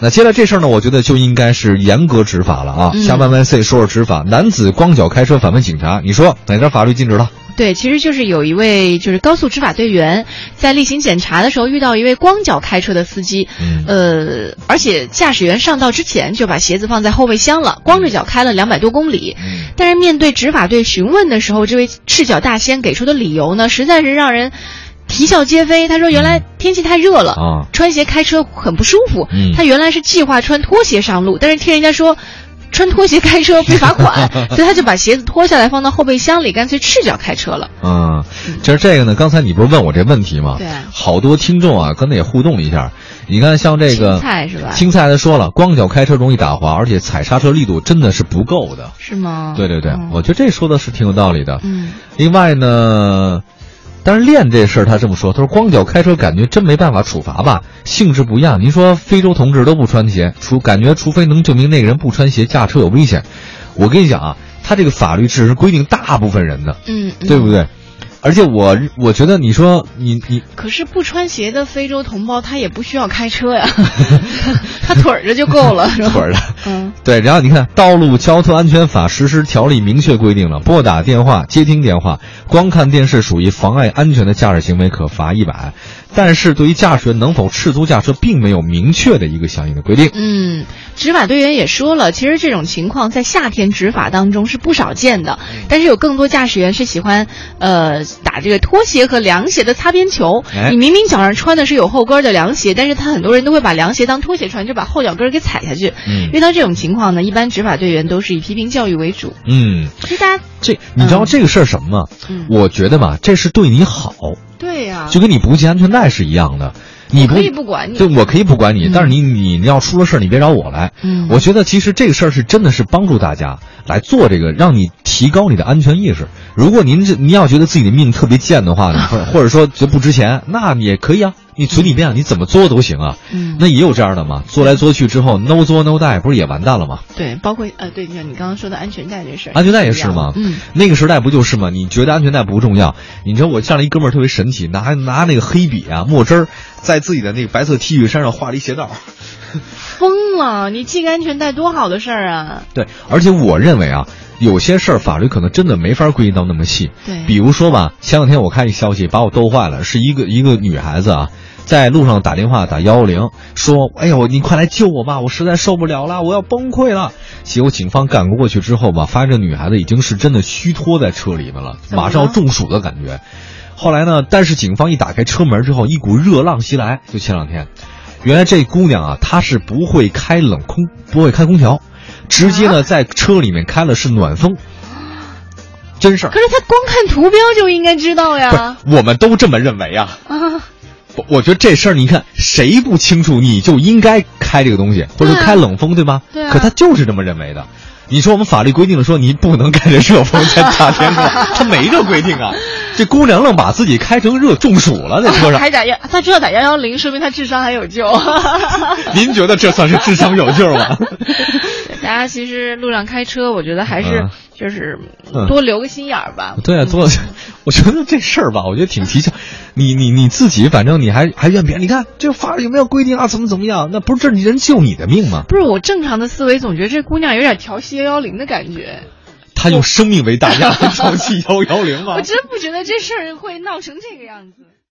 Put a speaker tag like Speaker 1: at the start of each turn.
Speaker 1: 那接下来这事儿呢，我觉得就应该是严格执法了啊！
Speaker 2: 嗯
Speaker 1: 下半万岁说说执法，男子光脚开车反问警察，你说哪条法律禁止了？
Speaker 2: 对，其实就是有一位就是高速执法队员在例行检查的时候遇到一位光脚开车的司机，
Speaker 1: 嗯
Speaker 2: 呃，而且驾驶员上道之前就把鞋子放在后备箱了，光着脚开了两百多公里。
Speaker 1: 嗯
Speaker 2: 但是面对执法队询问的时候，这位赤脚大仙给出的理由呢，实在是让人啼笑皆非。他说：“原来天气太热了，
Speaker 1: 啊，
Speaker 2: 穿鞋开车很不舒服。
Speaker 1: 嗯
Speaker 2: 他原来是计划穿拖鞋上路，但是听人家说。穿拖鞋开车被罚款， 所以他就把鞋子脱下来放到后备箱里，干脆赤脚开车了。
Speaker 1: 嗯，其实这个呢，刚才你不是问我这问题吗？
Speaker 2: 对
Speaker 1: 好多听众啊，跟他也互动了一下。你看，像这个
Speaker 2: 青菜是吧
Speaker 1: 青菜他说了，光脚开车容易打滑，而且踩刹车力度真的是不够的。
Speaker 2: 是吗？
Speaker 1: 对对对，
Speaker 2: 嗯
Speaker 1: 我觉得这说的是挺有道理的。
Speaker 2: 嗯，
Speaker 1: 另外呢，但是练这事儿他这么说，他说光脚开车感觉真没办法处罚吧，性质不一样。您说非洲同志都不穿鞋，除感觉除非能证明那个人不穿鞋驾车有危险。我跟你讲啊，他这个法律只是规定大部分人的，
Speaker 2: 嗯，嗯
Speaker 1: 对不？对？而且我我觉得你说你你
Speaker 2: 可是不穿鞋的非洲同胞他也不需要开车 呀，他腿儿着就够了，是吧？
Speaker 1: 腿儿的。
Speaker 2: 嗯，
Speaker 1: 对，然后你看，《道路交通安全法实施条例》明确规定了，拨打电话、接听电话、光看电视属于妨碍安全的驾驶行为，可罚一百。但是对于驾驶员能否赤足驾车，并没有明确的一个相应的规定。
Speaker 2: 嗯，执法队员也说了，其实这种情况在夏天执法当中是不少见的，
Speaker 1: 嗯
Speaker 2: 但是有更多驾驶员是喜欢呃打这个拖鞋和凉鞋的擦边球。
Speaker 1: 哎
Speaker 2: 你明明脚上穿的是有后跟的凉鞋，但是他很多人都会把凉鞋当拖鞋穿，就把后脚跟儿给踩下去。
Speaker 1: 嗯
Speaker 2: 遇到这种情况呢，一般执法队员都是以批评教育为主。
Speaker 1: 嗯，
Speaker 2: 其实大家，
Speaker 1: 这你知道
Speaker 2: 嗯
Speaker 1: 这个事儿什么吗？
Speaker 2: 嗯，
Speaker 1: 我觉得吧，这是对你好，
Speaker 2: 对呀、
Speaker 1: 就跟你不系安全带是一样的。你
Speaker 2: 我
Speaker 1: 不
Speaker 2: 可以不管你，
Speaker 1: 对，我可以不管你，
Speaker 2: 嗯
Speaker 1: 但是你你你要出了事儿，你别找我来。
Speaker 2: 嗯，
Speaker 1: 我觉得其实这个事儿是真的是帮助大家来做这个，让你提高你的安全意识。如果您这您要觉得自己的命特别贱的 话呢，或者或者说觉得不值钱，那你也可以啊，你随你便，你怎么作都行啊。
Speaker 2: 嗯
Speaker 1: 那也有这样的嘛，作来作去之后，no 作 no die，不是也完蛋了吗？
Speaker 2: 对，包括呃，对，就像你刚刚说的安全带这事儿，
Speaker 1: 安全带也是嘛，
Speaker 2: 嗯，
Speaker 1: 那个时代不就是嘛？你觉得安全带不重要？你知道我上来一哥们儿特别神奇，拿拿那个黑笔啊墨汁儿，在自己的那个白色 T 恤衫上画了一斜道儿。
Speaker 2: 疯了！你系个安全带多好的事儿啊！
Speaker 1: 对，而且我认为啊，有些事儿法律可能真的没法规定到那么细。
Speaker 2: 对
Speaker 1: 比如说吧，前两天我看一消息，把我逗坏了，是一个一个女孩子啊，在路上打电话打幺幺零，说：“哎呦，你快来救我吧，我实在受不了了，我要崩溃了。”结果警方赶过去之后吧，发现这女孩子已经是真的虚脱在车里面了，
Speaker 2: 怎么了
Speaker 1: 马上要中暑的感觉。后来呢，但是警方一打开车门之后，一股热浪袭来，就前两天。原来这姑娘啊，她是不会开冷空，不会开空调，直接呢在车里面开了是暖风，
Speaker 2: 啊
Speaker 1: 真事儿
Speaker 2: 可。是他光看图标就应该知道
Speaker 1: 不
Speaker 2: 呀！
Speaker 1: 是，我们都这么认为啊。
Speaker 2: 啊，
Speaker 1: 我我觉得这事儿，你看谁不清楚，你就应该开这个东西，或者
Speaker 2: 对啊
Speaker 1: 开冷风，对吧？
Speaker 2: 对啊
Speaker 1: 可他就是这么认为的。你说我们法律规定了，说你不能开着热风在大天 空，他没这规定啊。这姑娘愣把自己开成热中暑了，在车上。
Speaker 2: 还打幺，他知道打幺幺零，说明他智商还有救。
Speaker 1: 您觉得这算是智商有救 吗？
Speaker 2: 大家其实路上开车，我觉得还是
Speaker 1: 嗯
Speaker 2: 就是
Speaker 1: 嗯
Speaker 2: 多留个心眼儿吧。
Speaker 1: 对啊，多，我觉得这事儿吧，我觉得挺提倡。你你你自己，反正你还还怨别人，你看这法律有没有规定啊？怎么怎么样？那不是这人救你的命吗？
Speaker 2: 不是我正常的思维，总觉得这姑娘有点调戏幺幺零的感觉。
Speaker 1: 他用生命为代价，放弃幺幺零吗？啊
Speaker 2: 我真不觉得这事儿会闹成这个样子。